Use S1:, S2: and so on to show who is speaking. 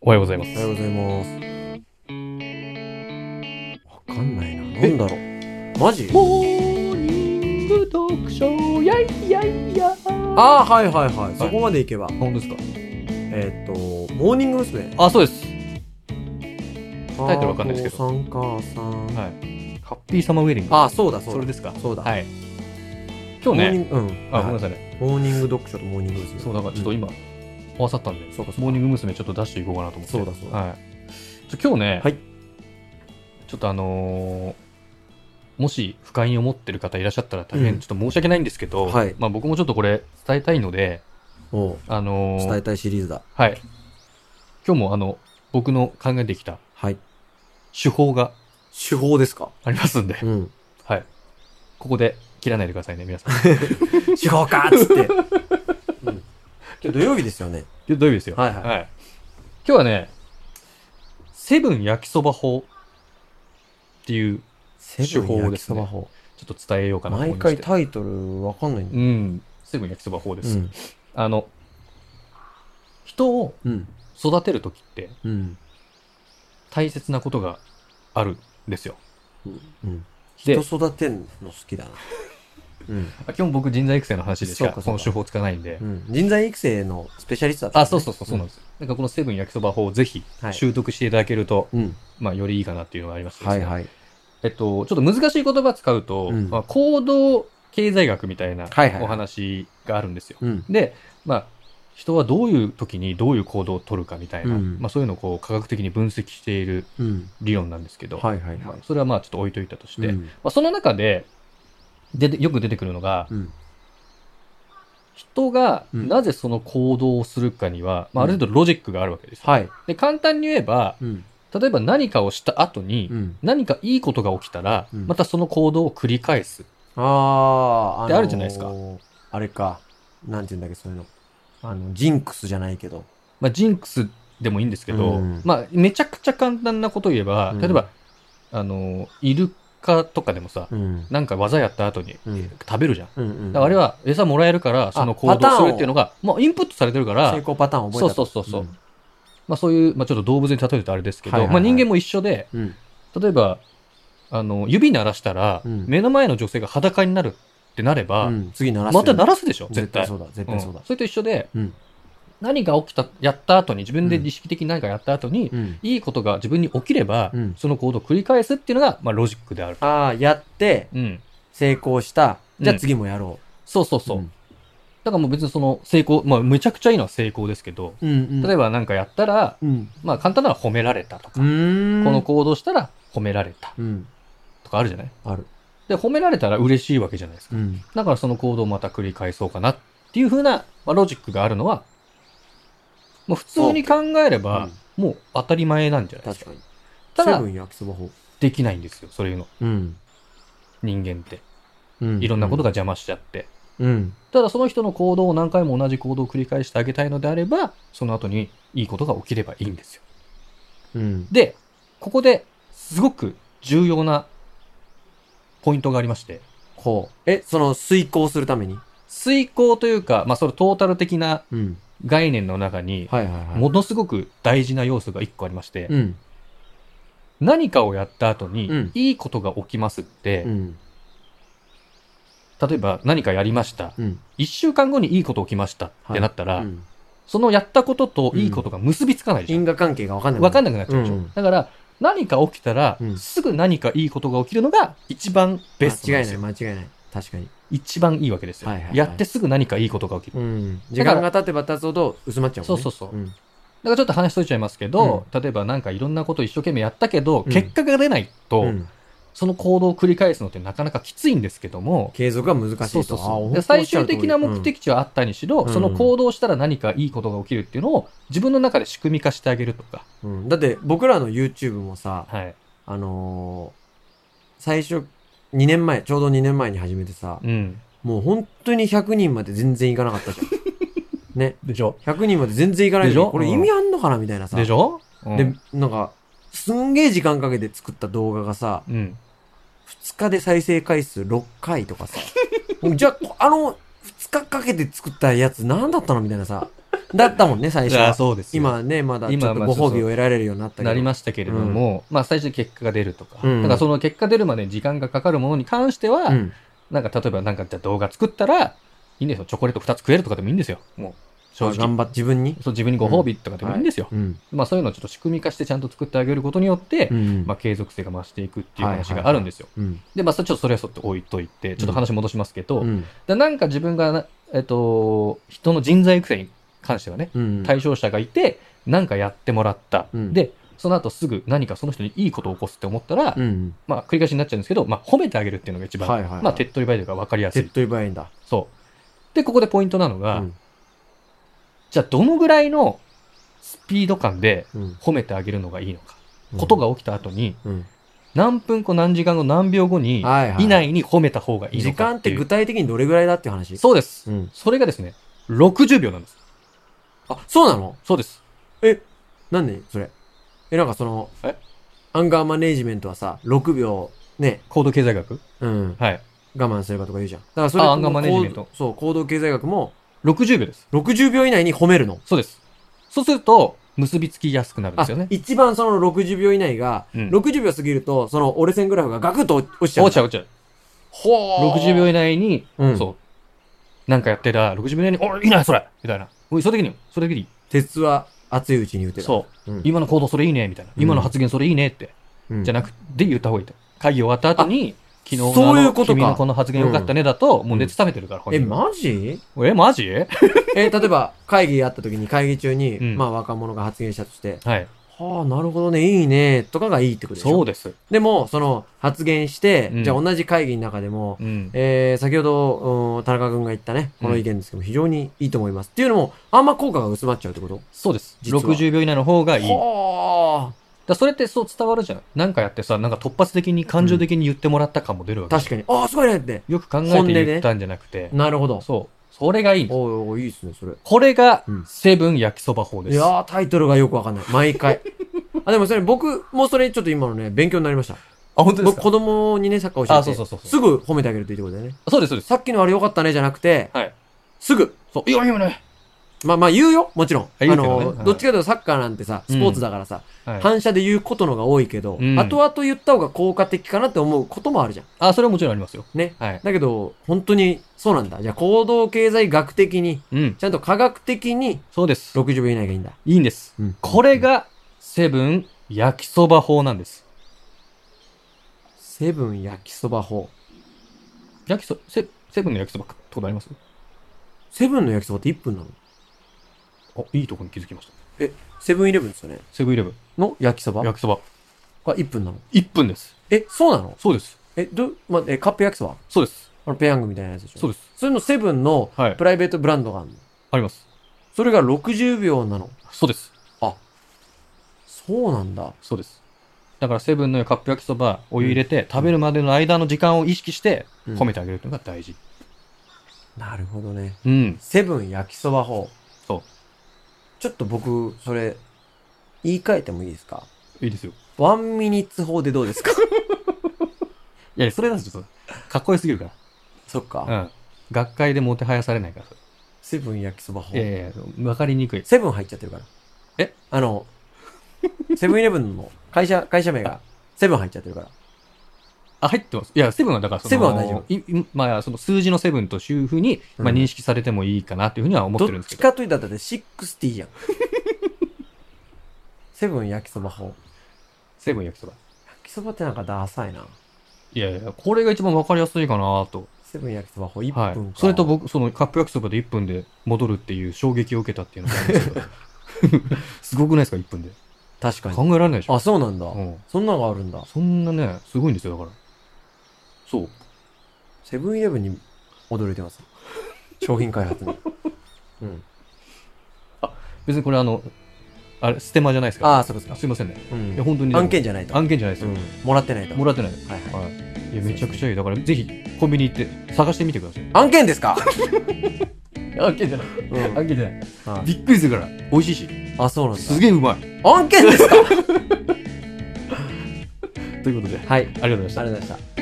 S1: おはようございます
S2: おはようございます。わかんないな。なんだろう。マジ
S1: モーニング読書やいやいや
S2: ああ、はいはいはい。そこまでいけば。
S1: 本当ですか
S2: えーっ、と、モーニング娘。
S1: あそうですタイトルわかんないですけど
S2: あー父さん、母さん。
S1: はいハッピーサマーウェディング
S2: ああ、そうだそうだ。
S1: それですか
S2: そうだ。
S1: はい今日ね
S2: モーニングうん。
S1: あごめんな
S2: はい
S1: さいね
S2: モーニング読書とモーニング娘。
S1: そうだからちょっと今合わさったんで
S2: そうかそうか
S1: モーニング娘。ちょっと出していこうかなと思って
S2: そうだそうだ
S1: はいちょ今日ね
S2: はい
S1: ちょっとあのーもし不快に思ってる方いらっしゃったら大変ちょっと申し訳ないんですけど、
S2: はい
S1: まあ僕もちょっとこれ伝えたいので、
S2: うんおう
S1: あのー
S2: 伝えたいシリーズだ。
S1: はい。今日もあの、僕の考えてきた
S2: はい。
S1: 手法が
S2: 手法ですか
S1: ありますんで、
S2: うん。
S1: はい。ここで切らないでくださいね、 皆さん。
S2: 手法かっつって。うん今日土曜日ですよね。
S1: で土曜日ですよ。
S2: はいはい
S1: 今日はね、セブン焼きそば法っていう、
S2: セブン焼きそば
S1: 手
S2: 法。
S1: ちょっと伝えようかなと思
S2: 毎
S1: いまし
S2: 回
S1: て。
S2: タイトルわかんないんだ
S1: うん。セブン焼きそば法です。
S2: うん
S1: あの、人を
S2: うん。
S1: 育てるときって
S2: うん。
S1: 大切なことがあるんですよ。
S2: うん。
S1: で
S2: 人育てんの好きだな。うん。
S1: あ今日僕人材育成の話でし
S2: そう
S1: か
S2: かそう
S1: この
S2: か
S1: 手法つかないんで、
S2: うん。人材育成のスペシャリストだった、
S1: あ、そうそうそう、そうなん
S2: ん
S1: ですよ。なんかこのセブン焼きそば法をぜひ
S2: はい
S1: 習得していただけると、
S2: うん。
S1: まあよりいいかなっていうのがありましてで
S2: は
S1: す
S2: い
S1: ね
S2: はい。
S1: えっと、ちょっと難しい言葉使うと、
S2: うん
S1: まあ、行動経済学みたいな
S2: はいはい
S1: お話があるんですよ。
S2: うん。
S1: で、まあ、人はどういう時にどういう行動を取るかみたいな、
S2: うん
S1: まあそういうのをこう科学的に分析している
S2: うん。
S1: 理論なんですけど、
S2: はいはい
S1: ま
S2: は
S1: あそれはまあちょっと置いといたとし
S2: い。
S1: て、
S2: う
S1: ま
S2: ん。
S1: あ、その中ででよく出てくるのが、
S2: うん。
S1: 人が
S2: うん
S1: なぜその行動をするかには、まあ、ある程度ロジックがあるわけですよ。
S2: はい。
S1: で簡単に言えば、
S2: うん。
S1: 例えば何かをした後に、
S2: うん。
S1: 何かいいことが起きたら、
S2: うん
S1: またその行動を繰り返す。
S2: ああ、あ
S1: であるじゃないですか。
S2: あれか。なんて言うんだっけ、そういうの。あの、ジンクスじゃないけど。
S1: まあ、ジンクスでもいいんですけど、
S2: うん
S1: まあ、めちゃくちゃ簡単なことを言えば、
S2: うん
S1: 例えば、あの、イルカとかでもさ、
S2: うん。
S1: なんか技やった後に
S2: うん。
S1: 食べるじゃん。だ
S2: うんうん。
S1: からあれは餌もらえるから、その行動をするっていうのが、もうインプットされてるから
S2: 成、功パターン覚えたと。
S1: そうそうそうそうまあそういう、まあちょっと動物に例えるとあれですけど、
S2: はいはい
S1: ま
S2: は
S1: あ
S2: い
S1: 人間も一緒で、
S2: うん。うん。
S1: 例えば、あの、指鳴らしたら、
S2: うん
S1: 目の前の女性が裸になるってなれば、
S2: うん次鳴らすよ
S1: また鳴らすでしょ絶
S2: 絶
S1: 対
S2: 対そうだ。絶対そうだ
S1: ん。それと一緒で、
S2: うん
S1: 何が起きたやった後に自分で
S2: うん
S1: 意識的に何かやった後に、
S2: うん。
S1: いいことが自分に起きれば、
S2: うん
S1: その行動を繰り返すっていうのが、まあ、ロジックである、
S2: ああ、やって、
S1: うん、
S2: 成功した。じゃあ次もやろう。
S1: そうそうそう、
S2: うん
S1: だからもう別にその成功、まあ、めちゃくちゃいいのは成功ですけど
S2: うんうん、
S1: 例えば何かやったら、
S2: うん。
S1: まあ、簡単なのは褒められたとか、
S2: ん
S1: この行動したら褒められた
S2: うん。
S1: とかあるじゃない
S2: ある。
S1: で褒められたら嬉しいわけじゃないですか、
S2: ん。
S1: だからその行動をまた繰り返そうかなっていうふうな、まあ、ロジックがあるのは、もう普通に考えれば、もう当たり前なんじゃないですか。
S2: 確かに。
S1: た
S2: セブ
S1: だ、
S2: ン焼きそば法。
S1: できないんですよ、そういうの。
S2: うん。
S1: 人間って。
S2: うん
S1: いろんなことが。邪魔しちゃって。
S2: うん。
S1: ただ、その人の行動を何回も同じ行動を繰り返してあげたいのであれば、その後にいいことが起きればいいんですよ。
S2: うん。
S1: で、ここですごく重要なポイントがありまして、
S2: こう。え、その、遂行するために
S1: 遂行というか、まあ、それトータル的な
S2: うん。
S1: 概念の中に、
S2: はいはいはい。
S1: ものすごく大事な要素が一個ありまして、
S2: うん。
S1: 何かをやった後に、
S2: うん
S1: いいことが起きますって、
S2: うん。
S1: 例えば何かやりました。
S2: うん。
S1: 1週間後にいいこと起きましたってなったら、
S2: うん
S1: そのやったことといいことが結びつかないじゃん。
S2: 因果関係がわかんない。
S1: わかん
S2: ない。
S1: なくなっちゃうでしょ。
S2: うん
S1: だから、何か起きたら、
S2: うん
S1: すぐ何かいいことが起きるのが一番ベストなん
S2: 間
S1: で
S2: 違い
S1: す
S2: ない、
S1: よ。
S2: 間違いない。確かに。
S1: 一番いいわけですよ、
S2: はいはいはい
S1: やってすぐ何かいいことが起きる。
S2: うん。時間が経てば経つほど薄まっちゃうもんね。
S1: そうそうそう
S2: うん。
S1: だからちょっと話しといちゃいますけど、例えばなんかいろんなこと一生懸命やったけど、
S2: うん
S1: 結果が出ないと、
S2: うん
S1: その行動を繰り返すのってなかなかきついんですけども、
S2: 継続が難しいと。
S1: そうそう
S2: あ
S1: そ
S2: ー
S1: うで最終的な目。
S2: 本当おっしゃる通り
S1: 的地はあったにしろ、
S2: うん
S1: その行動したら何かいいことが起きるっていうのを自分の中で仕組み化してあげるとか、
S2: うんうんだって、僕らの YouTube もさ、
S1: はい
S2: あのー最初、2年前、ちょうど2年前に始めてさ、
S1: うん、
S2: もう本当に100人まで全然いかなかったじ ゃん。ね。
S1: でしょ
S2: 100人まで全然いかない
S1: でしょ
S2: これ
S1: うん
S2: 意味あんのかなみたいなさ。
S1: でしょ、うん、
S2: で、なんか、すんげえ時間かけて作った動画がさ、
S1: うん、
S2: 2日で再生回数6回とかさ。もうじゃあ、あの、2日かけて作ったやつ何だったのみたいなさ。だったもんね、最初
S1: あ
S2: は。
S1: そうですよ
S2: 今ね、まだちょっと
S1: 今
S2: ご
S1: まあそう
S2: 褒
S1: そう
S2: 美を得られるようになったけど。
S1: なりましたけれども、まあ最初に結果が出るとか、
S2: うん
S1: だからその結果出るまでに時間がかかるものに関しては、
S2: うん。
S1: なんか例えばなんかじゃあ動画作ったら、いいんですよ。チョコレート2つ食えるとかでもいいんですよ。もう、正
S2: あ
S1: 直。
S2: 頑張って、自分に。
S1: そう自分にご褒美とかでもいいんですよ。
S2: うん。
S1: まあそういうのをちょっと仕組み化してちゃんと作ってあげることによって、
S2: うん。
S1: まあ継続性が増していくっていう話があるんですよ。
S2: うん。
S1: で、まあそれちょっとそれはそっと置いといて、ちょっと話戻しますけど、
S2: うん。
S1: でなんか自分がな、えっと、人の人材育成に関してはね、
S2: うん。
S1: 対象者がいて、なんかやってもらった。
S2: うん
S1: で、その後すぐ何かその人にいいことを起こすって思ったら、
S2: うん。
S1: まあ繰り返しになっちゃうんですけど、まあ褒めてあげるっていうのが一番、
S2: はいはいはい
S1: まあ手っ取り早いというか分かりやす
S2: 手っ
S1: い。
S2: 取り早いんだ。
S1: そう。で、ここでポイントなの
S2: う
S1: が、
S2: ん。
S1: じゃあどのぐらいのスピード感で
S2: うん
S1: 褒めてあげるのがいいのか。ことが起きた後に、
S2: うん。
S1: 何分後何時間後何秒後に、
S2: はいはい。
S1: 以内に褒めた方がいい
S2: 時
S1: のか
S2: 間
S1: っ
S2: ってて
S1: いう。
S2: 具体的にどれぐらいだっていう話
S1: そうです。
S2: うん。
S1: それがですね、60秒なんです。
S2: あ、そうなの
S1: そうです。
S2: え、なんでそれ。え、なんかその
S1: え、
S2: アンガーマネージメントはさ、6秒、ね、
S1: 高度経済学
S2: うん、
S1: はい。
S2: 我慢すればとか言うじゃん。だからそれ
S1: あアンガーマネジメント
S2: こうそう、行動経済学も
S1: 60秒です。
S2: 60秒以内に褒めるの。
S1: そうです。そうすると、結びつきやすくなるんで
S2: あ
S1: すよね、。
S2: 一番その60秒以内が、
S1: うん
S2: 60秒過ぎると、その折れ線グラフがガクッと落ちちゃう。
S1: 落ちちゃう落ちちゃう。
S2: ほー。
S1: 60秒以内に、
S2: うん
S1: そう。なんかやってた、60秒以内に、おいいな、それみたいな。おい、それだけに、それだけでいい。
S2: 鉄は熱いうちに打てる。
S1: そう。
S2: うん。
S1: 今の行動それいいね、みたいな。
S2: うん
S1: 今の発言それいいねって。
S2: うん
S1: じゃなくて、言った方がいいと。会議終わった後に、昨日のあの
S2: そういうことか
S1: 君のこの発言良かったねだと、もう熱冷めてるから、本
S2: え、
S1: 人は
S2: マジ
S1: え、マジ
S2: え、例えば会議あった時に会議中に、
S1: うん
S2: まあ若者が発言したとして、
S1: はい。
S2: はあ、なるほどね、いいね、とかがいいってことでしょ
S1: そうです。
S2: でも、その、発言して、
S1: うん
S2: じゃあ同じ会議の中でも、
S1: うん。
S2: えー、先ほど、うん田中君が言ったね、この意見ですけども、非常にいいと思います。っていうのも、あんま効果が薄まっちゃうってこと
S1: そうです。
S2: 実は
S1: 60秒以内の方がいい。
S2: は
S1: だそれってそう伝わるじゃん。なんかやってさ、なんか突発的に感情的に言ってもらった感も出るわ
S2: あ
S1: け、
S2: 確かに。ああ、すごいねって。
S1: よく考
S2: 本
S1: え
S2: 音
S1: て
S2: で
S1: 言ったんじゃなくて、
S2: なるほど。
S1: そう。それがいいんです。
S2: おーおーいいですね、それ。
S1: これが
S2: うん、
S1: セブン焼きそば法で
S2: い
S1: す。
S2: やー、タイトルがよくわかんない。毎回。あ、でもそれ、僕もそれちょっと今のね、勉強になりました。
S1: 本当
S2: 僕、子供にね、サッカー教えて。
S1: あそうそうそうそう
S2: すぐ褒めてあげるといいってことだよね。
S1: そうです、そうです。
S2: さっきのあれよかったね、じゃなくて、
S1: はい。
S2: すぐ。
S1: そう。いや、いや、ね。
S2: まあまあ言うよ、もちろん。あ
S1: 言うけどね
S2: の、
S1: はい
S2: どっちかというとサッカーなんてさ、スポーツだからさ、
S1: はい。
S2: 反射で言うことのが多いけど、
S1: うん
S2: 後々言った方が効果的かなって思うこともあるじゃん。
S1: あ、それはもちろんありますよ。
S2: ね。
S1: はい。
S2: だけど、本当にそうなんだ。じゃあ行動経済学的に、
S1: うん。
S2: ちゃんと科学的に
S1: そうです。
S2: 60秒以内がいいんだ。
S1: いいんです。
S2: うん
S1: これ、が、セブン焼きそば法なんです。
S2: セブン焼きそば法。
S1: 焼きそ、セセブンの焼きそば食ったことあります
S2: セブンの焼きそばって1分なの
S1: あ、いいとこに気づきました。
S2: セブンイレブンですよね。
S1: セブンイレブン。
S2: の焼きそばが
S1: 焼きそば。
S2: 1分なの。
S1: 1分です。
S2: え、そうなの
S1: そうです。
S2: え、ど、ま、え、カップ焼きそば
S1: そうです。
S2: あの、ペヤングみたいなやつでしょ
S1: そうです。
S2: それのセブンの
S1: はい
S2: プ。ライベートブランドがあるの。
S1: あります。
S2: それが60秒なの。
S1: そうです。
S2: そうなんだ。
S1: そうです。だからセブンのカップ焼きそば、お湯入れて、食べるまでの間の時間を意識して、
S2: うん
S1: 褒めてあげるというのが大事。
S2: なるほどね。
S1: うん。
S2: セブン焼きそば法。
S1: そ
S2: ちょっと僕、それ、言い換えてもいいですか
S1: う。いいですよ。
S2: ワンミニッツ法でどう ですか
S1: いや、それだとちょっと、かっこよすぎるか
S2: そっか、
S1: ら。うん。学会でもてはやされないから、そ
S2: セブン焼きそば法
S1: れ。い。やいやいや、わかりにくい。
S2: セブン入っちゃってるから。
S1: え
S2: あの、セブンイレブンの会社、会社名がセブン入っちゃってるから。
S1: あ、入ってます。いや、セブンはだからその、
S2: セブンは大丈夫
S1: いいまあ、その数字のセブンというふうに、まあ、
S2: うん
S1: 認識されてもいいかなというふうには思ってるん
S2: どっ
S1: ですけ
S2: ち
S1: ど。
S2: かというとだって60やん。 セブン焼きそば法。
S1: セブン焼きそば。
S2: 焼きそばってなんかダサいな。
S1: いやいや、これが一番わかりやすいかなと。
S2: セブン焼きそば法1分か、
S1: はい。それと僕、そのカップ焼きそばで1分で戻るっていう衝撃を受けたっていうのがあるん ですけど。すごくないですか、1分で。
S2: 確かに。
S1: 考えられないでしょ。
S2: あ、そうなんだ。
S1: うん。
S2: そんなのがあるんだ。
S1: そんなね、すごいんですよ、だから。そう。
S2: セブンイレブンに驚いてます。商品開 発に。うん。
S1: 別にこれあの、あれ、ステマじゃないですか
S2: ああ、そうかそう
S1: ら。
S2: か。
S1: すいませんね。
S2: う
S1: いや、
S2: ん。
S1: 本当に。
S2: 案件じゃないと。
S1: 案件じゃないです
S2: う
S1: よ
S2: ん。。もらってないと。
S1: もらってないです。
S2: はいはい。
S1: はい。いや、めちゃくちゃいい。だから、ぜひ、コンビニ行って探してみてください。
S2: 案件ですか
S1: 案件じゃない。
S2: うん
S1: 案件じゃない。
S2: はい
S1: びっくりするから。美味しいし。
S2: あ、そうなんだ。
S1: すげえうまい。
S2: 案件ですか
S1: ということで、あり
S2: はい。あり
S1: がとうございました
S2: がとうございました。